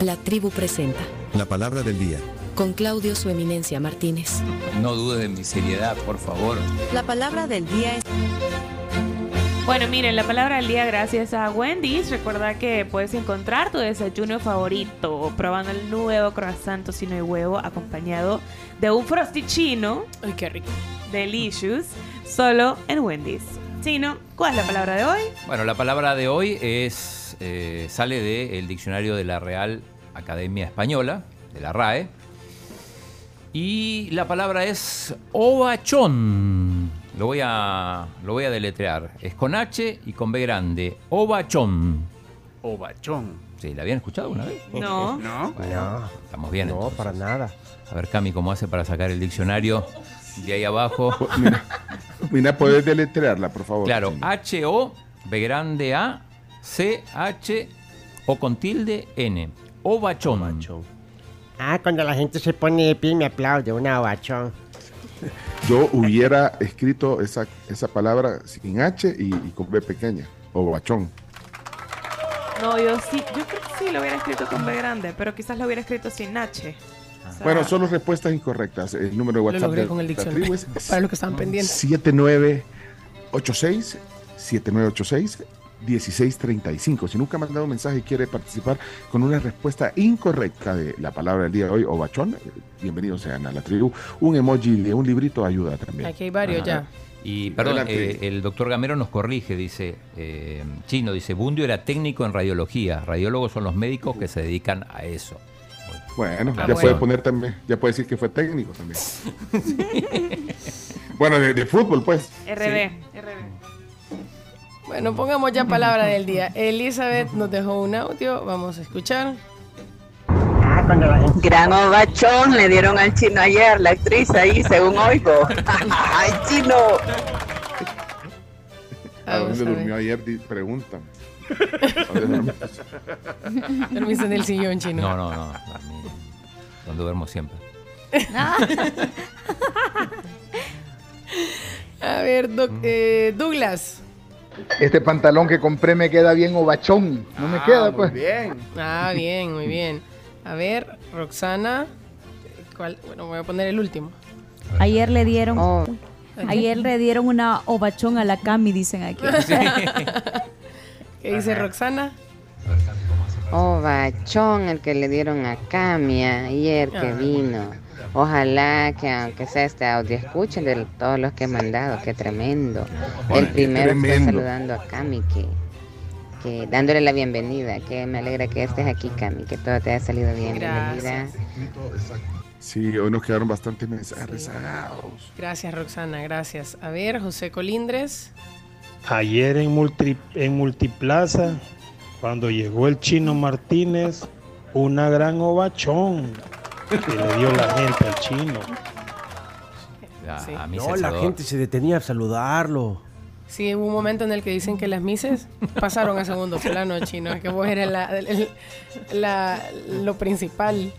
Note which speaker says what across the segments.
Speaker 1: La tribu presenta
Speaker 2: La palabra del día.
Speaker 1: con Claudio Su Eminencia Martínez.
Speaker 3: No dudes de mi seriedad, por favor.
Speaker 4: La palabra del día es
Speaker 5: Bueno, miren, la palabra del día gracias a Wendy's. Recuerda que puedes encontrar tu desayuno favorito probando el nuevo croissant tocino y huevo acompañado de un frosticino
Speaker 6: Ay, qué rico.
Speaker 5: delicious solo en Wendy's. Chino, ¿cuál es la palabra de hoy?
Speaker 3: Bueno, la palabra de hoy es eh, sale del diccionario de la Real Academia Española, de la RAE. Y la palabra es ovachón. Lo voy a, lo voy a deletrear. Es con H y con B grande. Ovachón.
Speaker 7: Ovachón.
Speaker 3: ¿Sí, ¿La habían escuchado una vez?
Speaker 5: No.
Speaker 7: ¿No?
Speaker 3: Bueno, Estamos bien.
Speaker 8: No,
Speaker 3: entonces.
Speaker 8: para nada.
Speaker 3: A ver, Cami, ¿cómo hace para sacar el diccionario de ahí abajo?
Speaker 9: Mira, mira, puedes deletrearla, por favor.
Speaker 3: Claro,
Speaker 9: Sí.
Speaker 3: H-O, B grande A, C-H o con tilde N. Ovachón.
Speaker 8: Ah, cuando la gente se pone de pie y me aplaude, una ovachón.
Speaker 9: Yo hubiera escrito esa, esa palabra sin H y, y con B pequeña. Ovachón.
Speaker 5: No, yo sí, yo creo que sí lo hubiera escrito con B grande, pero quizás lo hubiera escrito sin H. O sea,
Speaker 9: Bueno, son las respuestas incorrectas. El número de
Speaker 6: Lo
Speaker 9: WhatsApp
Speaker 6: logré
Speaker 9: de
Speaker 6: con el
Speaker 9: la
Speaker 6: diccionario.
Speaker 9: tribu es
Speaker 6: Para los que estaban pendientes.
Speaker 9: 7986 7986 1635. Si nunca ha mandado un mensaje y quiere participar con una respuesta incorrecta de la palabra del día de hoy, ovachón, eh, bienvenidos sean a la tribu. Un emoji de un librito ayuda también.
Speaker 6: Aquí hay varios
Speaker 3: Ajá. Y, perdón,
Speaker 9: Adelante.
Speaker 3: eh, el doctor Gamero nos corrige, dice, eh, Chino, dice, Bundio era técnico en radiología. Radiólogos son los médicos que se dedican a eso.
Speaker 9: Bueno,
Speaker 6: Ah,
Speaker 9: ya
Speaker 6: bueno.
Speaker 9: puede poner también, ya puede decir que fue técnico también. bueno, de, de fútbol, pues.
Speaker 5: RB, RB.
Speaker 6: ya. Bueno, pongamos ya palabra del día. Elizabeth nos dejó un audio, vamos a escuchar.
Speaker 8: Ah, cuando la gente.
Speaker 4: Gran Ovachón, le dieron al chino ayer, la actriz ahí, según oigo. ¡Ay, chino!
Speaker 9: ¿A
Speaker 6: Vamos
Speaker 9: Ah, dónde
Speaker 6: a ver.
Speaker 9: durmió ayer? Di- Pregúntame. ¿A dónde durmió?
Speaker 6: Dormiste en el sillón chino.
Speaker 3: No, no, no. a mí, Donde duermo siempre.
Speaker 6: A ver, Doc-
Speaker 9: Mm.
Speaker 6: eh, Douglas.
Speaker 10: Este pantalón que compré me queda bien ovachón. No me queda, pues.
Speaker 7: Bien.
Speaker 6: Ah, bien, muy bien. A ver, Roxana. ¿Cuál? Bueno, voy a poner el último.
Speaker 11: Ayer le dieron. Ayer le dieron una ovachón a la Cami, dicen aquí.
Speaker 6: ¿Qué dice Roxana?
Speaker 4: Ovachón, Oh, el que le dieron a Camia ayer
Speaker 5: Ah.
Speaker 4: que vino. Ojalá que aunque sea este audio escuchen de todos los que he mandado, que tremendo.
Speaker 9: Bueno,
Speaker 4: El
Speaker 9: qué
Speaker 4: primero fue
Speaker 9: tremendo.
Speaker 4: saludando a Cami, que, que dándole la bienvenida, que me alegra que estés aquí, Cami, que todo te haya salido bien.
Speaker 6: Gracias.
Speaker 4: Bienvenida.
Speaker 9: Sí, hoy nos quedaron bastante mensajes rezagados.
Speaker 6: Gracias, Roxana, gracias. A ver, José Colindres.
Speaker 10: Ayer en, en Multiplaza, cuando llegó el chino Martínez, una gran ovachón que le dio la gente al chino.
Speaker 3: A,
Speaker 6: Sí.
Speaker 3: a mí
Speaker 8: No, la
Speaker 3: Salvador.
Speaker 8: gente se detenía a saludarlo.
Speaker 6: Sí, hubo un momento en el que dicen que las mises pasaron a segundo plano, chino. Es que vos eres la, el- la- lo principal.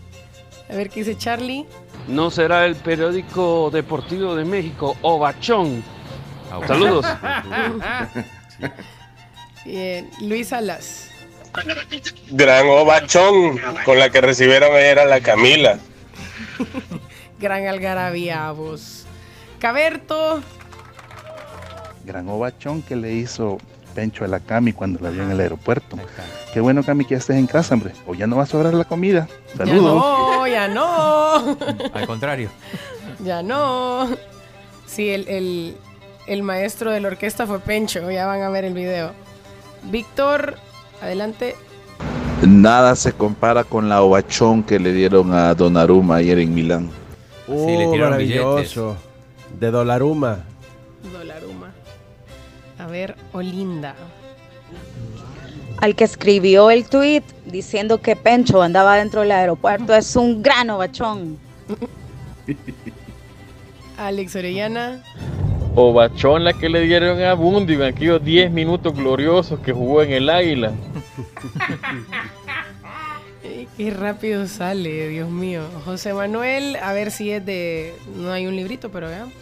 Speaker 6: A ver, ¿qué dice Charlie?
Speaker 10: No será el periódico deportivo de México, ovachón.
Speaker 3: Ah, bueno.
Speaker 10: Saludos.
Speaker 6: Bien, Eh, Luis Salas.
Speaker 10: Gran ovachón con la que recibieron ayer a la Camila.
Speaker 6: Gran algarabía a vos. Caberto.
Speaker 7: Gran ovachón que le hizo Pencho a la Cami cuando la vio en el aeropuerto. Qué bueno, Cami, que ya estés en casa, hombre. O ya no va a sobrar la comida. Saludos.
Speaker 6: Ya no, ya no.
Speaker 3: Al contrario.
Speaker 6: Ya no. Sí, el, el- el maestro de la orquesta fue Pencho. Ya van a ver el video. Víctor, adelante.
Speaker 7: Nada se compara con la ovachón que le dieron a Donnarumma ayer en Milán.
Speaker 3: le tiraron
Speaker 8: Oh, maravilloso. De Dolaruma.
Speaker 6: Dolaruma. A ver, Olinda.
Speaker 11: Al que escribió el tweet diciendo que Pencho andaba dentro del aeropuerto es un gran ovachón.
Speaker 6: Alex Orellana.
Speaker 10: Ovachón la que le dieron a Bundy en aquellos 10 minutos gloriosos que jugó en el Águila.
Speaker 6: Ey, Qué rápido sale, Dios mío. José Manuel, a ver si es de. No hay un librito, pero veamos.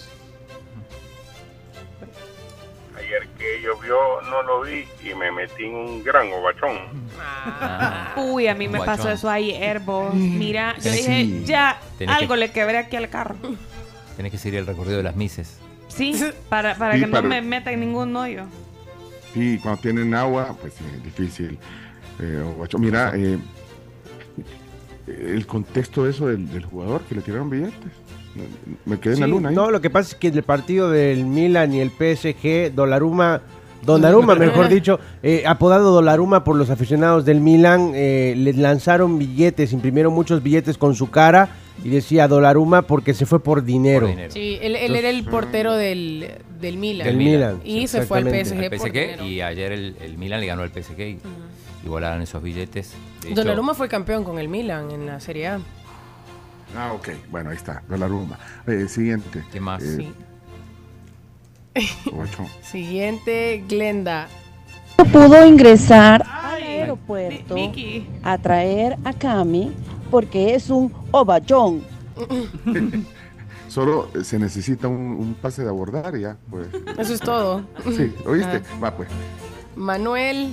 Speaker 10: Ayer que llovió
Speaker 2: yo no lo vi y me metí en un gran ovachón.
Speaker 3: Ah,
Speaker 5: Uy, a mí me
Speaker 2: Guachón.
Speaker 5: pasó eso ayer, vos.
Speaker 9: Mm.
Speaker 5: Mira, yo
Speaker 3: Sí.
Speaker 5: dije, ya,
Speaker 3: Tenés que-
Speaker 5: algo le quebré aquí al carro.
Speaker 3: Tenés que seguir el recorrido de las mises.
Speaker 5: Sí, para, para
Speaker 9: Sí,
Speaker 5: que
Speaker 9: para-
Speaker 5: no me meta en ningún hoyo.
Speaker 9: Sí, cuando tienen agua, pues sí, es difícil. Eh, Guacho, mira, eh, el contexto de eso del, del jugador que le tiraron billetes. Me quedé en la
Speaker 8: Sí,
Speaker 9: luna ¿eh? ahí.
Speaker 8: No, lo que pasa es que en el partido del Milan y el PSG, Dolaruma, Donaruma, mejor dicho, eh, apodado Dolaruma por los aficionados del Milan, eh, le lanzaron billetes, imprimieron muchos billetes con su cara y decía Dolaruma porque se fue por dinero.
Speaker 6: Sí, él, él era el portero del, del Milan.
Speaker 8: Del Milan,
Speaker 6: Y se fue al PSG.
Speaker 3: Al
Speaker 6: por dinero.
Speaker 3: PSG y ayer el, el Milan le ganó al PSG y, y volaron esos billetes. De hecho,
Speaker 6: Donnarumma fue campeón con el Milan en la Serie A.
Speaker 9: Ah, ok. Bueno, ahí está, Donnarumma. Eh, siguiente.
Speaker 3: ¿Qué más?
Speaker 9: Eh, Guacho.
Speaker 6: Siguiente, Glenda.
Speaker 12: pudo ingresar al
Speaker 6: Ay.
Speaker 12: aeropuerto
Speaker 6: Mi- Miki.
Speaker 12: a traer a Cami porque es un ovachón.
Speaker 9: Solo eh, se necesita un, un pase de abordar y ya, pues.
Speaker 6: Eso es todo.
Speaker 9: Sí, ¿oíste?
Speaker 6: Ah.
Speaker 9: Va, pues.
Speaker 6: Manuel.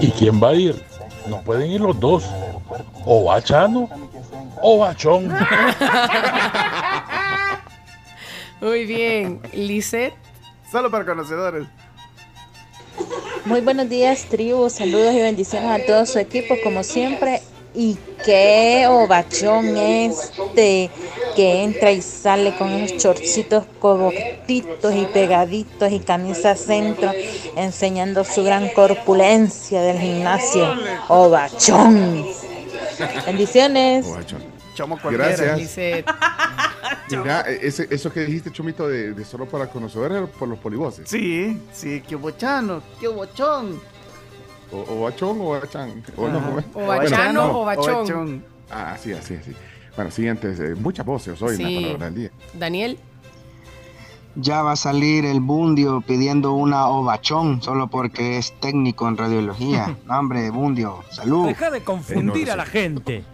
Speaker 13: ¿Y quién va a ir? No pueden ir los dos. O Bachano o Bachón.
Speaker 6: Muy bien. Lisette.
Speaker 14: Solo para conocedores.
Speaker 15: Muy buenos días, tribu. Saludos y bendiciones a todo su equipo, como siempre. Y qué ovachón este que entra y sale con unos chorcitos cortitos y pegaditos y camisa centro, enseñando su gran corpulencia del gimnasio. Ovachón. Bendiciones.
Speaker 9: Guacho.
Speaker 14: Chomo cualquiera.
Speaker 9: Gracias. Mira, eh, ese- eso que dijiste, Chomito, de, de solo para conocedores, por los polivoces.
Speaker 14: Sí, sí, qué bochano, qué bochón.
Speaker 9: O, o bachón o bachán. O, no,
Speaker 14: Ajá.
Speaker 9: bueno,
Speaker 14: O bachano
Speaker 9: no.
Speaker 14: o bachón. O bachón.
Speaker 9: Ah, sí, así, así. Bueno, siguiente. eh, muchas voces hoy en
Speaker 6: Sí.
Speaker 9: la palabra del día.
Speaker 6: Daniel.
Speaker 16: Ya va a salir el Bundio pidiendo una ovachón solo porque es técnico en radiología. No, hombre, Bundio, salud.
Speaker 17: Deja de
Speaker 9: Eh,
Speaker 17: confundir
Speaker 9: no,
Speaker 17: a la gente.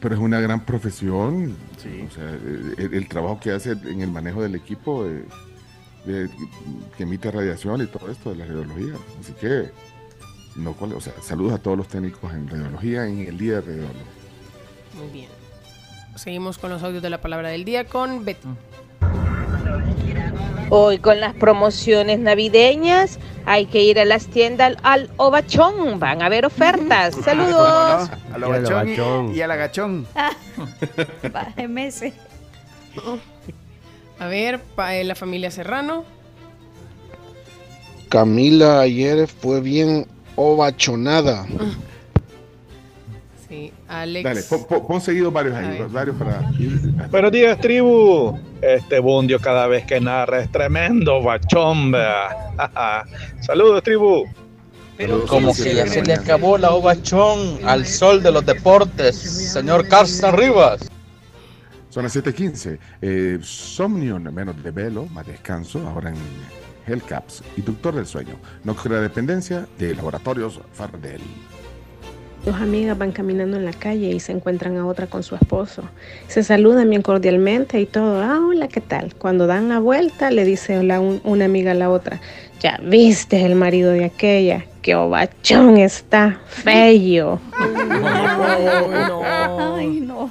Speaker 9: Pero es una gran profesión. O sea, eh, el, el trabajo que hace en el manejo del equipo eh, de- que emite radiación y todo esto de la radiología. Así que, no, cual- o sea, saludos a todos los técnicos en radiología en el día de radiología.
Speaker 6: Muy bien. Seguimos con los audios de la palabra del día con Betty.
Speaker 18: Hoy con las promociones navideñas hay que ir a las tiendas al Ovachón. Van a haber ofertas. Saludos.
Speaker 14: Ah, al
Speaker 8: Y al
Speaker 14: ovachón y-
Speaker 8: ovachón.
Speaker 14: y al agachón.
Speaker 6: MS. A ver, pa- eh, la familia Serrano.
Speaker 19: Camila ayer fue bien ovachonada.
Speaker 6: Sí, Alex.
Speaker 9: Dale, pon, pon- pon seguido varios ahí, varios para ir
Speaker 20: Buenos días, tribu. Este bundio cada vez que narra es tremendo, bachón. vea. Saludos, tribu.
Speaker 21: Pero como que ya se le acabó la ovachón al sol de los deportes, señor Carson Rivas.
Speaker 9: Son las 7:15. Eh, Somnium, menos de velo, más descanso, ahora en Hellcaps, inductor del sueño. No crea dependencia de Laboratorios Fardel.
Speaker 22: Dos amigas van caminando en la calle y se encuentran a otra con su esposo. Se saludan bien cordialmente y todo. Ah, hola, ¿qué tal? Cuando dan la vuelta, le dice la un- una amiga a la otra. Ya viste el marido de aquella. Qué ovachón está, feo.
Speaker 23: Ay, no.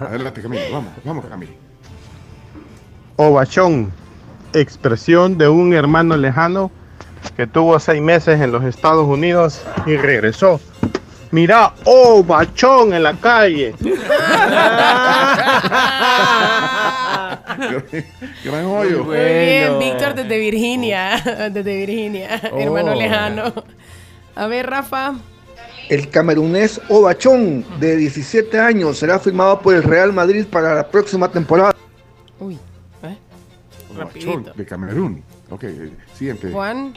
Speaker 9: Adelante, Camilo, vamos, vamos, Camilo.
Speaker 24: Ovachón, expresión de un hermano lejano que tuvo seis meses en los Estados Unidos y regresó. Mira, Ovachón en la calle.
Speaker 9: Gran hoyo.
Speaker 6: Muy bien, Eh, Víctor desde Virginia. Desde Virginia, mi hermano
Speaker 25: Oh.
Speaker 6: lejano. A ver, Rafa.
Speaker 25: El camerunés Obachón, de 17 años, será firmado por el Real Madrid para la próxima temporada.
Speaker 6: Uy, ¿eh?
Speaker 9: Rapidito. De Camerún. Ok, eh, siguiente.
Speaker 6: Juan.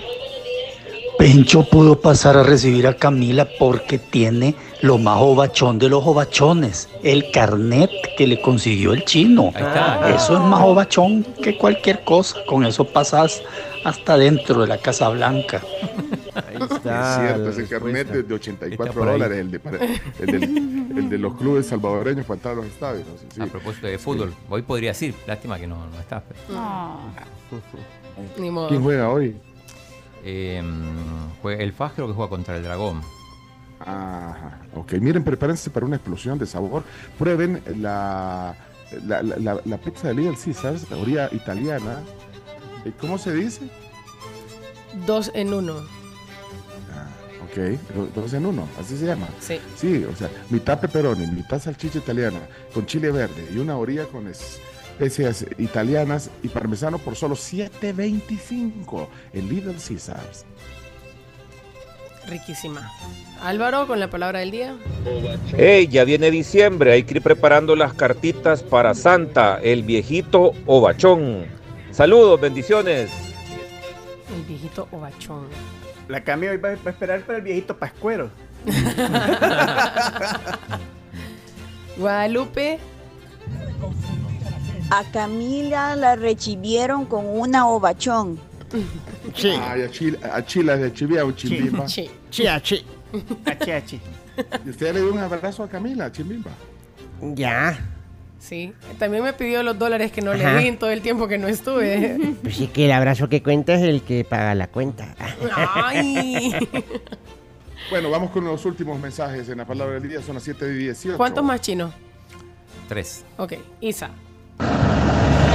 Speaker 26: Pencho pudo pasar a recibir a Camila porque tiene lo más ovachón de los ovachones, el carnet que le consiguió el chino.
Speaker 1: Ah,
Speaker 26: Eso es más ovachón que cualquier cosa. Con eso pasas hasta dentro de la Casa Blanca.
Speaker 9: es cierto,
Speaker 8: la
Speaker 9: ese
Speaker 8: respuesta.
Speaker 9: carnet de, de
Speaker 8: Está
Speaker 9: 84
Speaker 8: por ahí.
Speaker 9: dólares, el de, para- el, del- el de los clubes salvadoreños para entrar a los estadios. ¿no? Sí, sí.
Speaker 3: A propósito de fútbol, hoy podría ir. Lástima que no, no estás. pero-
Speaker 6: Ni modo.
Speaker 9: ¿Quién juega hoy?
Speaker 3: eh, jue- el FAS creo que juega contra el Dragón.
Speaker 9: Ajá, Ah, ok. Miren, prepárense para una explosión de sabor. Prueben la, la, la- la- la pizza de Little Caesars, teoría italiana. Eh, ¿Cómo se dice?
Speaker 6: Dos en uno.
Speaker 9: Ah, Ok, do- dos en uno, así se llama.
Speaker 6: Sí.
Speaker 9: Sí, o sea, mitad pepperoni, mitad salchicha italiana, con chile verde y una orilla con especias italianas y parmesano por solo 7.25 en Little Caesars.
Speaker 6: Riquísima. Álvaro, con la palabra del día.
Speaker 1: Hey, ya viene diciembre, hay que ir preparando las cartitas para Santa, el viejito ovachón. Saludos, bendiciones.
Speaker 6: El viejito ovachón.
Speaker 14: La cambio hoy va va a esperar para el viejito pascuero.
Speaker 6: Guadalupe.
Speaker 4: A Camila la rechivieron con una ovachón.
Speaker 9: Ay, a Chile, a Chile, a Chivia, a Chimbimba.
Speaker 6: Sí.
Speaker 9: Chiachi. ¿Y usted le dio un abrazo a Camila, a Chimbimba?
Speaker 6: Ya. Sí. También me pidió los dólares que no
Speaker 8: Ajá.
Speaker 6: le di en todo el tiempo que no estuve.
Speaker 8: Pues sí que el abrazo que cuenta es el que paga la cuenta.
Speaker 6: Ay.
Speaker 9: Bueno, vamos con los últimos mensajes en la palabra del día, son las 7 y 18.
Speaker 6: ¿Cuántos más chinos?
Speaker 3: Tres.
Speaker 6: Ok, Isa.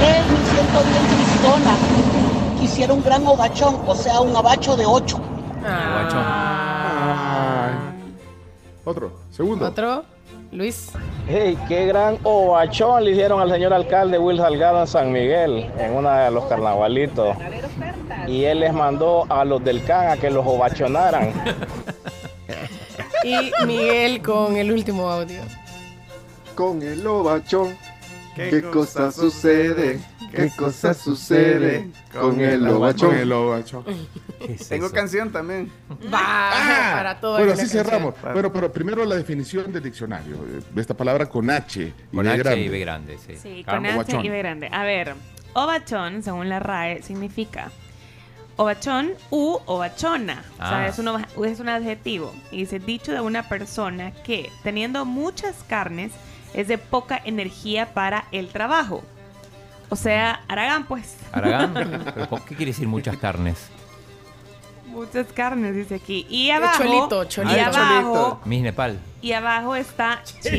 Speaker 7: Hey, me siento bien tristona. Quisiera un gran ovachón, o sea, un abacho de ocho.
Speaker 6: Ah,
Speaker 9: Otro, segundo.
Speaker 6: Otro, Luis.
Speaker 11: Hey, qué gran ovachón le hicieron al señor alcalde Will Salgado en San Miguel, en uno de los carnavalitos. Y él les mandó a los del CAN a que los ovachonaran.
Speaker 6: Y Miguel con el último audio.
Speaker 25: Con el ovachón.
Speaker 6: ¿Qué
Speaker 25: ¿Qué cosa sucede? ¿Qué cosa sucede con el
Speaker 9: Con
Speaker 25: ovachón?
Speaker 9: el ovachón.
Speaker 14: Tengo canción también.
Speaker 6: para todo
Speaker 9: Bueno,
Speaker 6: hay
Speaker 9: así
Speaker 6: una canción.
Speaker 9: cerramos. Bueno, pero primero la definición del diccionario. eh, de Esta palabra con H. y
Speaker 3: Con
Speaker 9: B
Speaker 3: H
Speaker 9: grande.
Speaker 3: y B grande, sí.
Speaker 5: Sí,
Speaker 9: Carbo
Speaker 5: con H
Speaker 9: Guachón.
Speaker 5: y B grande. A ver, ovachón, según la RAE, significa ovachón u ovachona. O
Speaker 17: Ah.
Speaker 5: sea, es un, ova- es un adjetivo. Y dice, dicho de una persona que, teniendo muchas carnes, es de poca energía para el trabajo. O sea, Aragán, pues.
Speaker 3: Aragán, ¿pero por qué quiere decir muchas carnes?
Speaker 5: muchas carnes, dice aquí. Y abajo,
Speaker 6: Cholito,
Speaker 5: Y
Speaker 6: cholito.
Speaker 5: abajo,
Speaker 3: Mis Nepal.
Speaker 5: y abajo está
Speaker 6: Chino.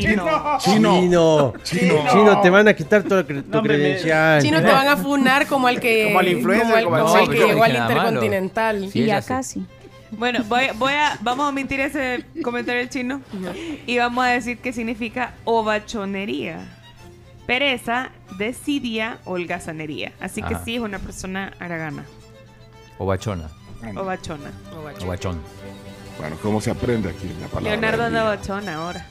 Speaker 5: chino.
Speaker 8: Chino. Chino. Chino, te van a quitar tu, cre- tu credencial.
Speaker 6: Chino te van a funar como al que.
Speaker 8: Como al influencer,
Speaker 6: como al-
Speaker 8: como al-
Speaker 6: como al
Speaker 8: No,
Speaker 6: que
Speaker 8: pero
Speaker 6: llegó al
Speaker 8: dije nada malo.
Speaker 6: intercontinental.
Speaker 8: Sí, Y ya ella sí.
Speaker 4: casi.
Speaker 5: Bueno, voy, voy a, vamos a omitir ese comentario del chino y vamos a decir que significa ovachonería. Pereza, desidia, holgazanería. Así que
Speaker 3: Ah.
Speaker 5: sí es una persona aragana,
Speaker 3: Ovachona.
Speaker 5: ovachona.
Speaker 3: Ovachón.
Speaker 9: Bueno, ¿cómo se aprende aquí la palabra?
Speaker 5: Leonardo
Speaker 9: del día?
Speaker 5: anda ovachona ahora.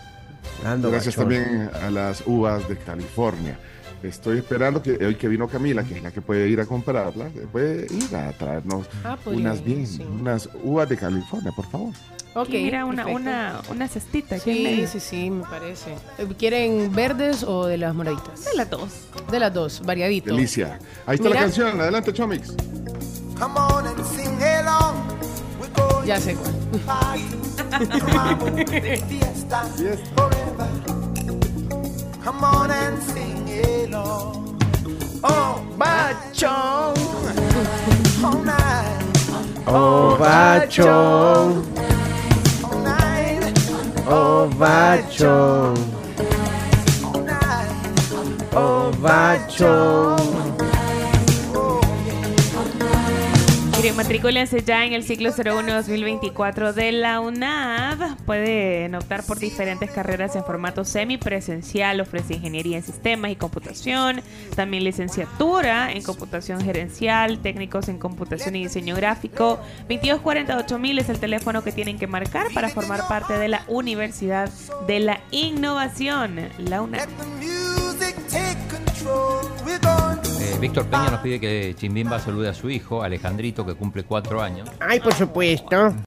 Speaker 9: Gracias
Speaker 8: bachón.
Speaker 9: también a las uvas de California. Estoy esperando que hoy que vino Camila, que es la que puede ir a comprarla, eh, puede ir a traernos
Speaker 5: Ah, podría
Speaker 9: unas bien, unas uvas de California, por favor.
Speaker 6: Ok.
Speaker 5: Aquí mira, una-
Speaker 6: perfecto.
Speaker 5: una- una cestita aquí en
Speaker 6: Sí,
Speaker 5: medio.
Speaker 6: sí, sí, me parece. Eh, ¿Quieren verdes o de las moraditas? De las
Speaker 5: dos.
Speaker 6: De las dos, variadito.
Speaker 9: Delicia. Ahí está
Speaker 6: Mira.
Speaker 9: la canción. Adelante, Chomix.
Speaker 6: Ya sé cuál.
Speaker 17: Come on and sing it all. Oh, bachón. All night,
Speaker 8: Oh, Ovachón.
Speaker 17: all night,
Speaker 8: Ovachón. Oh, Ovachón.
Speaker 5: Miren, matricúlense ya en el ciclo 01-2024 de la UNAV. Pueden optar por diferentes carreras en formato semipresencial. Ofrece ingeniería en sistemas y computación. También licenciatura en computación gerencial, técnicos en computación y diseño gráfico. 2248.000 es el teléfono que tienen que marcar para formar parte de la Universidad de la Innovación, la UNAV.
Speaker 17: music take control. We're going to
Speaker 3: Eh, Víctor Peña nos pide que Chimbimba salude a su hijo, Alejandrito, que cumple cuatro años.
Speaker 8: Ay, por supuesto.